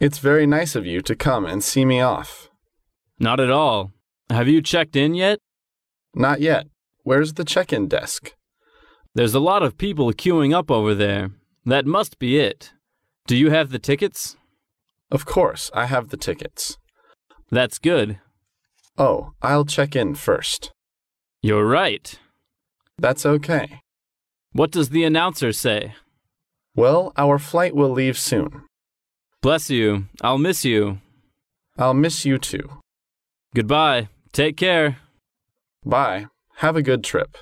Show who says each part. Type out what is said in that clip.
Speaker 1: It's very nice of you to come and see me off.
Speaker 2: Not at all. Have you checked in yet?
Speaker 1: Not yet. Where's the check in desk?
Speaker 2: There's a lot of people queuing up over there. That must be it. Do you have the tickets?
Speaker 1: Of course, I have the tickets.
Speaker 2: That's good.
Speaker 1: Oh, I'll check in first.
Speaker 2: You're right.
Speaker 1: That's okay.
Speaker 2: What does the announcer say?
Speaker 1: Well, our flight will leave soon.
Speaker 2: Bless you. I'll miss you.
Speaker 1: I'll miss you too.
Speaker 2: Goodbye. Take care.
Speaker 1: Bye. Have a good trip.